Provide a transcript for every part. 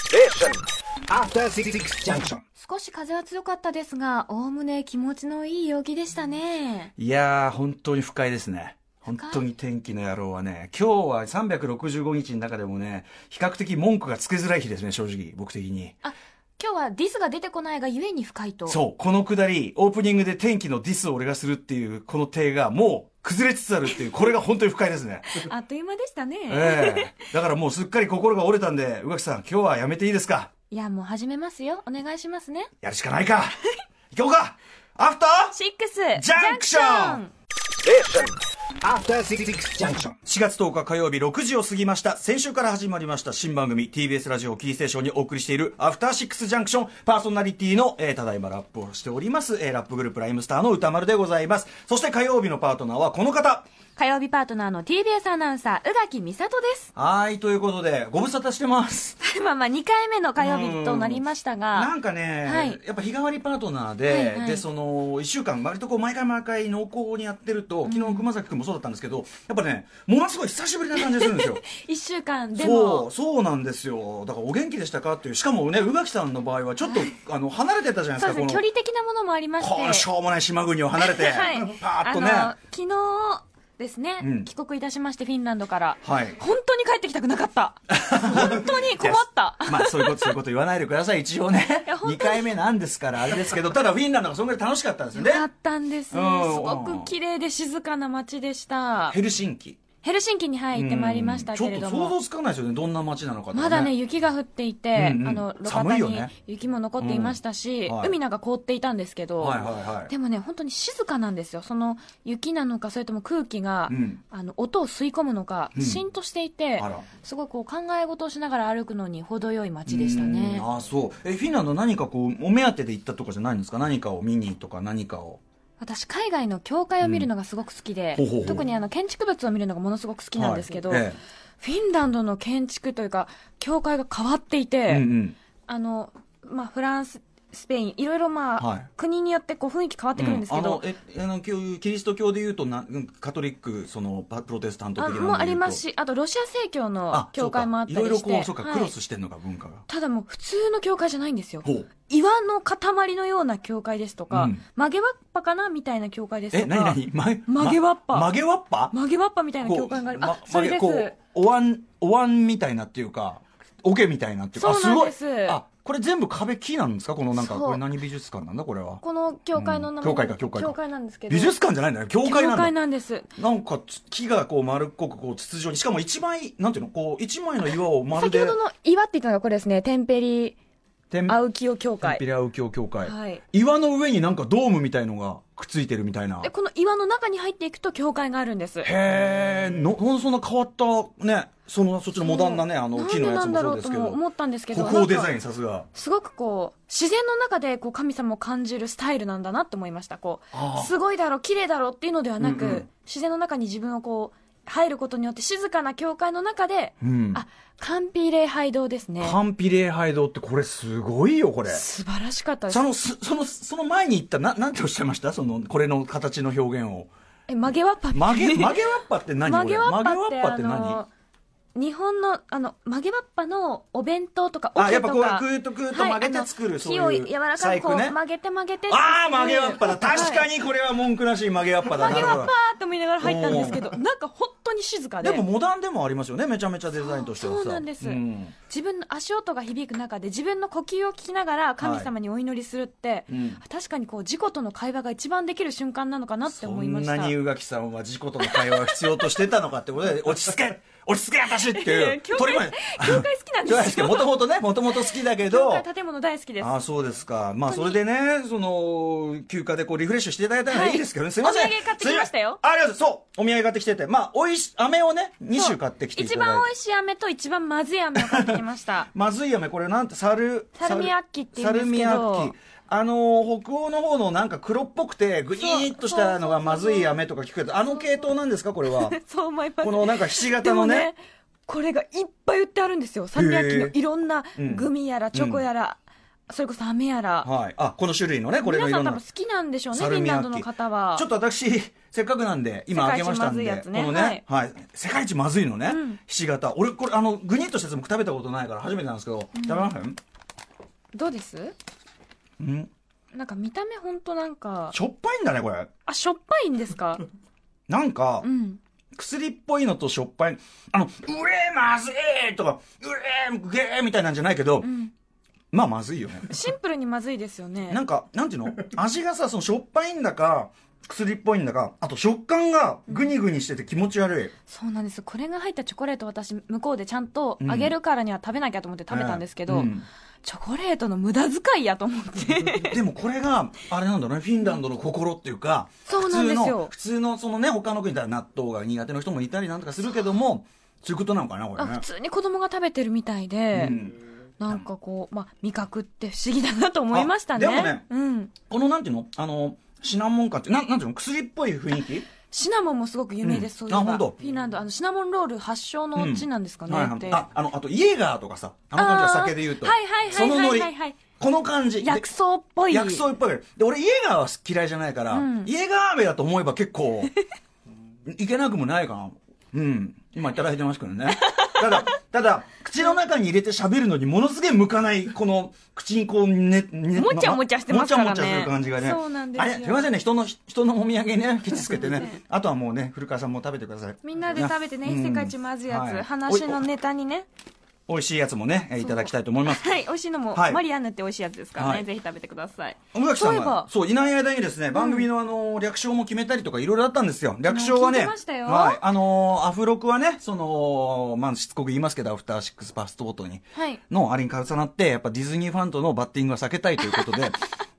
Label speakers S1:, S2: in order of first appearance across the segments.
S1: Station. After Six Junction.
S2: 少し風は強かったですが、おおむね気持ちのいい陽気でしたね。
S3: いやー、本当に不快ですね。本当に天気の野郎はね、今日は365日の中でもね、比較的文句がつけづらい日ですね、正直、僕的に。
S2: あ、今日はディスが出てこないがゆえに深いと。
S3: そう、このくだり、オープニングで天気のディスを俺がするっていう、この体がもう崩れつつあるっていう、これが本当に不快です ね。
S2: あっという間でしたね。
S3: ええだからもうすっかり心が折れたんで、宇垣さん、今日はやめていいですか
S2: いや、もう始めますよ。お願いしますね。
S3: やるしかな いか。行こうかアフター
S2: シックス
S3: ジャンクショ
S1: Station.
S3: ン
S1: After Six Junction.
S3: 4月10日火曜日6時を過ぎました先週から始まりました新番組 TBS ラジオをキーステーションにお送りしている「アフターシックスジャンクション」パーソナリティの、えーただいまラップをしております、えーラップグループライムスターの歌丸でございますそして火曜日のパートナーはこの方
S2: 火曜日パートナーの TBS アナウンサー、宇垣美里です。
S3: はいということでご無沙汰してます
S2: まあまあ、2回目の火曜日となりました
S3: な
S2: が、
S3: んかね、
S2: はい
S3: やっぱ日替わりパートナーで、
S2: はいはい
S3: でその1週間割とこう毎回毎回濃厚にやってると昨日熊崎君もそうだったんですけどやっぱねものすごい久しぶりな感じがするんですよ
S2: 1週間で
S3: そう
S2: も、
S3: そうなんですよだからお元気でしたかっていうしかもね宇垣さんの場合はちょっと、あの離れてたじゃない
S2: そう
S3: です
S2: です
S3: か
S2: ね、距離的なものもありまして。
S3: このしょうもない島国を離れて、
S2: はい、
S3: パーッとね
S2: あの昨日ですね、
S3: うん
S2: 帰国いたしましてフィンランドから、
S3: はい
S2: 本当に帰ってきたくなかった 本当に困った
S3: まあそういうことそういうこと言わないでください一応ね
S2: いや本当
S3: 2
S2: に
S3: 回目なんですからあれですけどただフィンランドがそんぐらい楽しかったんですよね
S2: だったんですね
S3: うん
S2: すごく綺麗で静かな街でした
S3: ヘルシンキ
S2: ヘルシンキに、はい、行ってまいりましたけれど
S3: うんちょっと想像
S2: も
S3: つかないですよねどんな街なのかとか
S2: まだね雪が降っていて、
S3: うんうん
S2: あの路
S3: 寒
S2: 肩
S3: いよ
S2: に
S3: ね
S2: 雪も残っていましたし、
S3: うんはい
S2: 海なんか凍っていたんですけど、
S3: はいはいはい
S2: でもね本当に静かなんですよその雪なのかそれとも空気が、
S3: うん
S2: あの音を吸い込むのか、
S3: うん
S2: しんとしていて
S3: あら
S2: すごいこう考え事をしながら歩くのに程よい街でした
S3: う
S2: ね
S3: んあそうえフィンランド何かこうお目当てで行ったとかじゃないんですか何かを見にとか何かを
S2: 私海外の教会を見るのがすごく好きで、
S3: うんほうほうほう
S2: 特にあの建築物を見るのがものすごく好きなんですけど、
S3: はいえ
S2: フィンランドの建築というか教会が変わってい
S3: え
S2: て、
S3: うんうん
S2: あのまあ、フランススペインいろいろまあ、
S3: はい
S2: 国によってこう雰囲気変わってくるんですけど、
S3: うんあのえあのきゅキリスト教でいうとなうんカトリックそのパプロテスタント
S2: あ
S3: 的なので言うと
S2: もありますしあとロシア正教の
S3: あ
S2: 教会もあったりして
S3: そうかいろいろこうそうか、
S2: はい
S3: クロスしてんのか文化が
S2: ただもう普通の教会じゃないんですよ
S3: ほう
S2: 岩の塊のような教会ですとか、
S3: うん
S2: 曲げわっぱかなみたいな教会ですと
S3: え
S2: か
S3: 何何ま
S2: 曲げわっぱ
S3: ま曲げわっぱ
S2: 曲げわっぱみたいな
S3: こ
S2: 教
S3: う
S2: 会がある、
S3: ま
S2: あそれです
S3: 曲げこうお椀お椀みたいなっていうか桶みたいなっていうかあ
S2: そうなん
S3: ごい
S2: です
S3: あこれ全部壁木なんですかこのなんか
S2: そう
S3: これ何美術館なんだこれは
S2: この教会の名前、
S3: うん教会か教会か
S2: なんですけど
S3: 美術館じゃないんだよ教会なんだ
S2: なんです
S3: なんかつ木がこう丸っこくこう筒状にしかも一枚なんていうのこう一枚の岩をまる
S2: 先
S3: で
S2: ほどの岩って言ったのがこれですねテンペリ
S3: 天
S2: アウキオ教
S3: 天
S2: 会
S3: ピラウ教教会、
S2: はい
S3: 岩の上になんかドームみたいのがくっついてるみたいな
S2: でこの岩の中に入っていくと教会があるんです
S3: へえののそんな変わったねそのそっちのモダンなねあの
S2: なん
S3: 木
S2: で
S3: のや
S2: な
S3: つ
S2: ん
S3: も
S2: だ
S3: そう
S2: ろう
S3: で
S2: と
S3: すけ
S2: も
S3: ど
S2: 思ったんですけど
S3: 歩行デ
S2: な
S3: ザ
S2: ん
S3: イ
S2: か
S3: ンさすが
S2: すごくこう自然の中でこう神様を感じるスタイルなんだなって思いましたこ
S3: ああ
S2: うすごいだろう綺麗だろうっていうのではなく、
S3: うんうん
S2: 自然の中に自分をこう入ることによって静かな教会の中で、
S3: うん
S2: あカンピ礼拝堂ですね
S3: 反比礼拝堂ってこれすごいよこれ
S2: 素晴らしかったです
S3: そのすそのその前に言ったななんておっしゃいましたそのこれの形の表現を
S2: え曲げわっぱ
S3: 曲 げ曲げわっぱって何
S2: 曲げわっぱ
S3: こ
S2: っ
S3: れ曲
S2: て
S3: げわっぱっ
S2: あ
S3: て何
S2: の日本のあの曲げわっぱのお弁当とかお
S3: あ
S2: け
S3: やっ
S2: と
S3: ぱ
S2: か
S3: こうグーッとグーッと曲げて作る
S2: はい
S3: そう
S2: 木
S3: いう
S2: を柔らかくこう、
S3: 細工ね
S2: 曲げて曲げて
S3: ああ曲げわっぱだ
S2: はい
S3: 確かにこれは文句なし曲げわっぱだ
S2: 曲げ
S3: なるほ
S2: わ
S3: ど
S2: っぱーって思いながら入ったんですけどなんか本当に静かで
S3: でもモダンでもありますよねめちゃめちゃデザインとしてはさ
S2: そうなんです
S3: うん
S2: 自分の足音が響く中で自分の呼吸を聞きながら神様にお祈りするって、
S3: うん
S2: 確かにこう自己との会話が一番できる瞬間なのかなって
S3: そ
S2: 思いま
S3: ん
S2: した
S3: なに宇垣さんは事故との会話を必要としてたのかってこと で落ち着け落ち着け私って
S2: いや
S3: い
S2: いうや教
S3: 取り
S2: 会
S3: 前
S2: 教会好き なん
S3: じゃないで
S2: ですす
S3: けど
S2: よ
S3: もともとねもともと好きだけ
S2: 教
S3: ど
S2: 会建物大好きです
S3: ああそうですかまあそれでねその休暇でこうリフレッシュしていただいたのは
S2: はい
S3: いいですけどね、すいません
S2: お土産買ってきましたよ
S3: すいせんありがとうございますそうお土産買ってきててまあおいし飴をね2種買ってきていただいて
S2: 一番美味しい飴と一番まずい飴を買ってきました
S3: まずい飴これなんてサル
S2: サルミアッキっていう
S3: サ
S2: んですけど
S3: ルミアッキあのー北欧の方のなんか黒っぽくてグニーっとしたのがまずい飴とか聞くけどあの系統なんですかこれ は
S2: そう思います
S3: このなんかひし
S2: で
S3: 形の
S2: もね
S3: ね
S2: これがいっぱい売ってあるんですよサルミアッキのいろんな
S3: うん
S2: グミやらチョコやら、それこそ飴やら、
S3: はい。あ、この種類のね、これが
S2: 皆
S3: いろ
S2: さん
S3: ん
S2: 多
S3: な
S2: 分。好きなんでしょうねフ
S3: サル
S2: ィン
S3: ミ
S2: ラ
S3: ア
S2: ン
S3: ッ
S2: ド
S3: キ
S2: の方は
S3: ちょっと私 せっかくなんで今開けましたんで、
S2: 世界一まずいやつね
S3: このね、
S2: は
S3: はい
S2: い
S3: 世界一まずいのね、
S2: うん
S3: ひし形俺これあのグニッとしたやつ僕食べたことないから初めてなんですけど、食べません、
S2: どうです
S3: うん、
S2: なんか見た目ほんとなんか
S3: しょっぱいんだねこれ
S2: あしょっぱいんで すか
S3: なんか、
S2: うん
S3: 薬っぽいのとしょっぱいあの「うえーまずい!」とか「うえーゲー!」みたいなんじゃないけど、
S2: うん
S3: まあまずいよね
S2: シンプルにまずいですよね
S3: なんかなんていうの味がさそのしょっぱいんだか薬っぽいんだかあと食感がグニグニしてて気持ち悪い、
S2: そうなんですこれが入ったチョコレート私向こうでちゃんとあげるからには食べなきゃと思って食べたんですけど、
S3: うん
S2: チョコレートの無駄遣いやと思って
S3: でもこれがあれなんだろうねフィンランドの心っていうか
S2: そうなんですよ
S3: 普通の普通のそのね他の国だったら納豆が苦手な人もいたりなんとかするけどもそういうことなのかなこれ
S2: あ
S3: ね
S2: 普通に子供が食べてるみたいで、
S3: うん
S2: なんかこう、まあ、味覚って不思議だなと思いましたね
S3: あでもね
S2: うん、
S3: このなんていうのあのシナモン感ってなんなんていうの薬っぽい雰囲気
S2: シナモンもすごく有名です、
S3: うん
S2: そういえ
S3: あ
S2: ば
S3: 本当
S2: フィンランドあのシナモンロール発祥の地なんですかね、
S3: はい
S2: っ
S3: はい
S2: て
S3: ああのあとイエガーとかさあの感じは酒で言うと
S2: あーはいはいはい
S3: そのノリ
S2: はいはいはい
S3: この感じで
S2: 薬草っぽい
S3: 薬草っぽいで俺イエガーは嫌いじゃないから、
S2: うん
S3: イエガー飴だと思えば結構 いけなくもないかなうん今いただいてますけどね ただただ口の中に入れて喋るのにものすげえ向かないこの口にこうねね
S2: もちゃもちゃしてますからね
S3: もちゃもちゃする感じがね
S2: そうなんですよ
S3: あれすいませんね人の人のお土産 ねケチつけてねあとはもうね古川さんも食べてください
S2: みんなで食べてね、
S3: うん
S2: 世界一まずいやつ、
S3: はい
S2: 話の
S3: おい
S2: ネタにね
S3: お美味しいやつもねえいただきたいと思います
S2: はい美味しいのも、
S3: はい
S2: マリアンヌって美味しいやつですからね、
S3: はい
S2: ぜひ食べてください
S3: 尾崎さ
S2: そうんいえ
S3: は
S2: ば
S3: そういない間にですね番組のあの略称も決めたりとかいろいろあったんですよ略称は
S2: 聞い
S3: ね
S2: てましたよ
S3: はいあのーアフロクはねそのまあしつこく言いますけどアフターシックスパスポートに
S2: はい
S3: のあれに重なってやっぱディズニーファンとのバッティングは避けたいということ で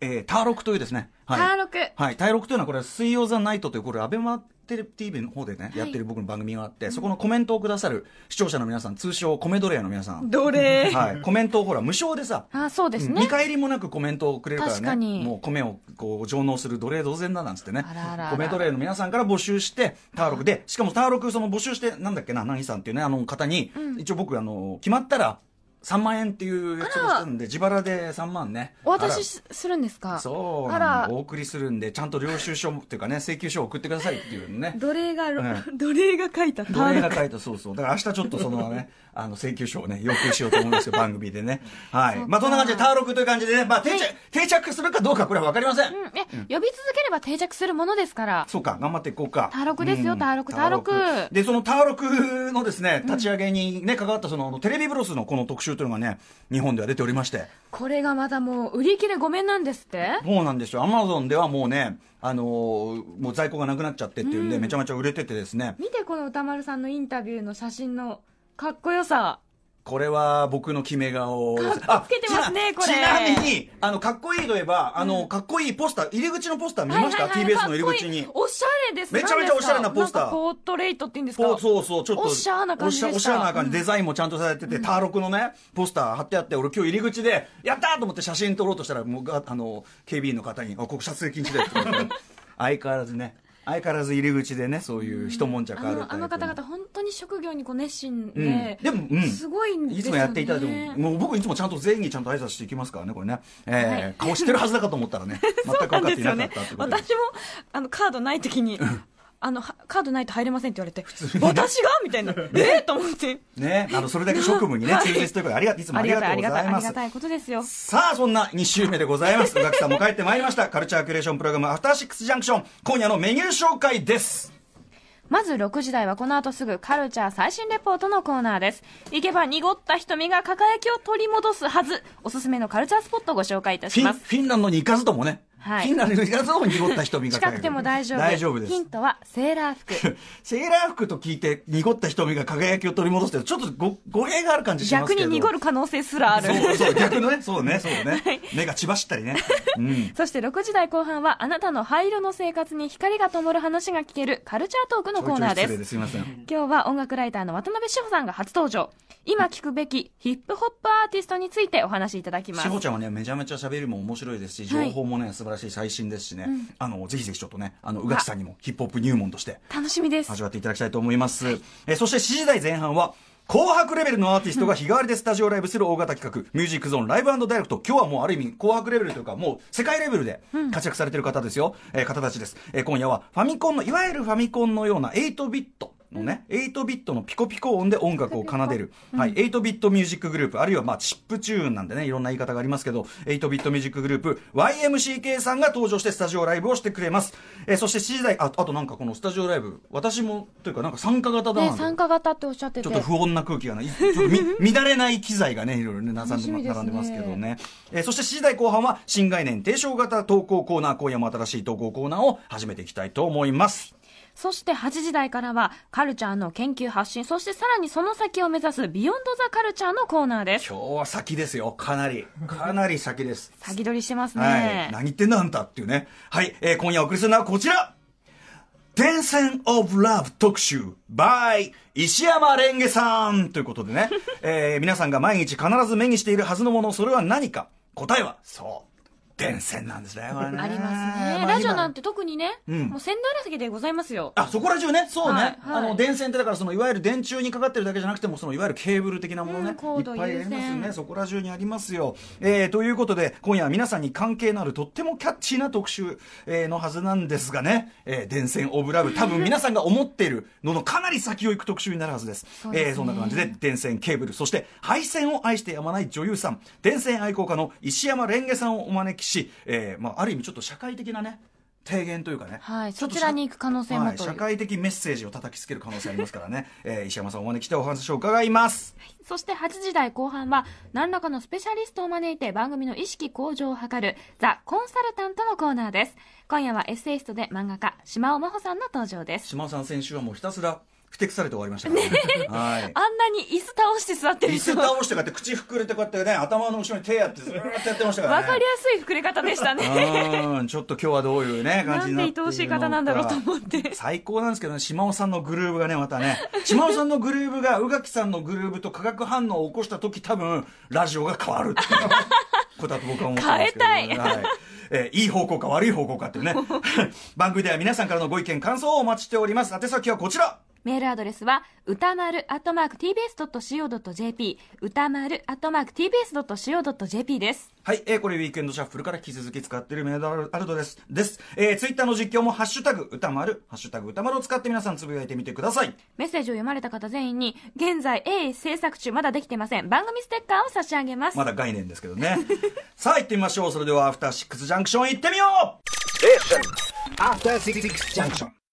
S3: えーターロクというですねはい
S2: ターロク
S3: はいターロクというのはこれは水曜ザナイトというこれアベマテレビ TV の方でね、やってる僕の番組があってそこのコメントをくださる視聴者の皆さん通称コメドレアの皆さん
S2: どれ
S3: はいコメントをほら無償でさ
S2: あそうです
S3: うん
S2: ね
S3: 見、返りもなくコメントをくれるから
S2: 確か
S3: ね
S2: に
S3: もう米をこう上納する奴隷同然だなんつってね
S2: あらあらあら
S3: 米奴隷の皆さんから募集してターロクでしかもターロクその募集してなんだっけな何さんっていうねあの方に、一応僕あの決まったら3万円っていう約束をしたんで自腹で3万ね
S2: お渡
S3: あら
S2: しすするんですか
S3: そうな
S2: あら
S3: のお送りするんでちゃんと領収書もっていうかね請求書を送ってくださいっていうね
S2: 奴隷が、
S3: え
S2: 奴隷が書いたタ
S3: 奴隷
S2: ーロ
S3: が
S2: ク
S3: 書いたそうそうだから明日ちょっとそのねあの請求書をね要求しようと思います よ番組でねはい
S2: そうか
S3: まあそんな感じでターロクという感じでねまあ定着,、定着するかどうかこれは分かりません、
S2: うん、え、呼び続ければ定着するものですから。
S3: そうか頑張っていこうか
S2: ターロクですよ
S3: うん
S2: ターロクターロク
S3: でそのターロクのですね立ち上げにね関わったそのあのテレビブロスのこの特集というのがね日本では出ておりまして
S2: これがまたもう、売り切れごめんなんですって
S3: そうなんですよアマゾンではもうねあのーもう在庫がなくなっちゃってっていうんで、めちゃめちゃ売れててですね
S2: 見てこの歌丸さんのインタビューの写真のかっこよさ。
S3: これは僕の決め顔です
S2: かっこつけてますね
S3: あ
S2: これ
S3: ちなみにあのかっこいいといえばあの、かっこいいポスター入り口のポスター見ました、TBS の入り口に
S2: かっこいいおしゃれです
S3: めちゃめちゃおしゃれなポスター
S2: なんかポートレートって言うんですか
S3: そうそうそうちょっと
S2: おっしゃーな感じでした
S3: おっしゃおしゃーな感じ、デザインもちゃんとされてて、ターロクのねポスター貼ってあって俺今日入り口でやったーと思って写真撮ろうとしたらもうがあの警備員の方に「あここ撮影禁止だよ」って言わ れて相変わらずね相変わらず入り口でねそういう一悶着ある
S2: あ
S3: タイプ
S2: のあの方々本当に職業にこう熱心
S3: うん
S2: で、
S3: でも、うん、
S2: すごいんです
S3: いつ
S2: よ、ね、
S3: もやっていただいてももう僕いつもちゃんと全員にちゃんと挨拶していきますからねこれね、えー
S2: はい
S3: 顔してるはずだかと思った らね全く分かっていなかったってことで
S2: 私もあのカードない時にあのはカードないと入れませんって言われて
S3: 通に
S2: 私がみ たいなえっと思って
S3: ねあのそれだけ職務にね
S2: はい
S3: 忠実ということでありがいつもありがとうござい
S2: あ
S3: ま
S2: りが
S3: す
S2: たいことですよ
S3: さあそんな2週目でございます宇垣さんも帰ってまいりましたカルチャーキュレーションプログラム「アフターシックスジャンクション」今夜のメニュー紹介です
S2: まず6時台はこの後すぐカルチャー最新レポートのコーナーです行けば濁った瞳が輝きを取り戻すはずおすすめのカルチャースポットをご紹介いた
S3: フ
S2: し
S3: ィン
S2: ま
S3: フ
S2: す
S3: ィンランドに行かずともね、
S2: はい
S3: フィンランドに行かずとも濁った瞳が輝
S2: 近
S3: く
S2: くても大丈夫
S3: 大丈夫です
S2: ヒントはセーラー 服
S3: セーラー服と聞いて濁った瞳が輝きを取り戻すってちょっとご語弊がある感じします
S2: 逆
S3: けど
S2: に濁る可能性すらある
S3: そうそう逆のねそうねそうね、目が血走ったり ね、うん、
S2: そして6時台後半はあなたの灰色の生活に光が灯る話が聞けるカルチャートークのコーナーで
S3: ちょいちょい失礼
S2: す
S3: ですいません
S2: 今日は音楽ライターの渡辺志保さんが初登場今聞くべきヒップホップアーティストについてお話しいただきます
S3: 志保ちゃんはねめちゃめちゃ喋りも面白いですし情
S2: はい
S3: 報もね、素晴らしい最新ですしね、あのぜひぜひちょっとねあの宇垣さんにもヒップホップ入門として
S2: 楽しみです
S3: 味わっていただきたいと思います、えーそして7時台前半は紅白レベルのアーティストが日替わりでスタジオライブする大型企画、ミュージックゾーンライブダイレクト。今日はもうある意味、紅白レベルというか、もう世界レベルで活躍されてる方ですよ。えー方たちです。えー今夜はファミコンの、いわゆるファミコンのような8ビット。のね、8ビットのピコピコ音で音楽を奏でる、はい、8ビットミュージックグループ、あるいはまあチップチューンなんでね、いろんな言い方がありますけど、8ビットミュージックグループ、YMCK さんが登場してスタジオライブをしてくれます。えーそして7時台、ああとなんかこのスタジオライブ、私も、というかなんか参加型だな
S4: ね
S3: んて
S4: 参加型っておっしゃって
S3: ち
S4: て
S3: ょっと不穏な空気がない、ちょっとみ 乱れない機材がね、いろいろね、並ん
S4: 楽し
S3: で,、
S4: みですね
S3: 並んでますけどね。えーそして7時台後半は、新概念提唱型投稿コーナー、今夜も新しい投稿コーナーを始めていきたいと思います。
S2: そして8時台からは、カルチャーの研究発信、そしてさらにその先を目指す、ビヨンドザカルチャーのコーナーです。
S3: 今日は先ですよ、かな り。かなり先です。
S2: 先取りしてます
S3: はい。
S2: ね。
S3: 何言ってんだあんたっていうね。はい。えー今夜お送りするのはこちら伝染 of Love 特集 by 石山レンゲさんということ でね、えー皆さんが毎日必ず目にしているはずのもの、それは何か答えは、そう、伝染なんですね、これね。
S2: ありますね。
S3: あ
S2: ラジオ
S3: 今
S2: なんて特にね、
S3: ん
S2: もう仙台らぎでございますよ。
S3: あ、そこら中ね、そうね。
S2: はいはい
S3: あの、電線ってだから、その、いわゆる電柱にかかってるだけじゃなくても、その、いわゆるケーブル的なものね、
S2: うんコード
S3: いっぱいありますよ
S2: 有
S3: ね。
S2: 線
S3: そこら中にありますよ。えー、ということで、今夜は皆さんに関係のあるとってもキャッチーな特集、えーのはずなんですがね、えー、電線オブラブ、多 分皆さんが思っているののかなり先を行く特集になるはずです。
S2: うですね
S3: えーそんな感じで、電線ケーブル、そして、配線を愛してやまない女優さん、電線愛好家の石山レンゲさんをお招きし、えー、まあ、ある意味ちょっと社会的なね、提言というかね。
S2: はい。
S3: ちょ
S2: そ
S3: っと
S2: ちらに行く可能性も
S3: はい、
S2: とい
S3: 社
S2: う。
S3: 会的メッセージを叩きつける可能性ありますからね、 えー石山さんをお招きしてお話を伺います
S2: そして8時台後半は、何らかのスペシャリストを招いて番組の意識向上を図る、ザ・コンサルタントのコーナーです。今夜はエッセイストで漫画家、島尾真帆さんの登場です。
S3: 島尾さん先週はもうひたすらふてくされて終わりましたからねはい
S2: あんなに椅子倒して座ってる
S3: 椅子
S2: 人、
S3: 倒
S2: わ
S3: してこうやって口膨れてこうやってね頭の後ろに手やってずーっとやってましたからね
S2: かりやすい膨れ方でしたね。
S3: うんちょっと今日はどういう ね感
S2: な
S3: じ
S2: ん
S3: にな
S2: で
S3: っているの
S2: 愛
S3: か
S2: おしい方なんだろうと思って。
S3: 最高なんですけどね島尾さんのグルーブがねまたね島尾さんのグルーブが宇垣さんのグルーブと化学反応を起こした時多分ラジオが変わるっていうことだと僕は思ってますけど、
S2: 変えた
S3: はいえーいい方向か悪い方向かっていうね 番組では皆さんからのご意見感想をお待ちしております宛先はこちら
S2: メールアドレスは、歌丸、アットマーク、tbs.co.jp、歌丸、アットマーク、tbs.co.jp です。
S3: はい、えーこれウィークエンドシャッフルから引き続き使っているメールアドレスです、えー、ツイッターの実況も「ハッシュタグ歌丸」「ハッシュタグ歌丸」を使って皆さんつぶやいてみてください
S2: メッセージを読まれた方全員に、現在、鋭意制作中、まだできてません。番組ステッカーを差し上げます。
S3: まだ概念ですけどね さあ行ってみましょうそれではアフターシックスジャンクション行ってみよう
S1: After Six Junction.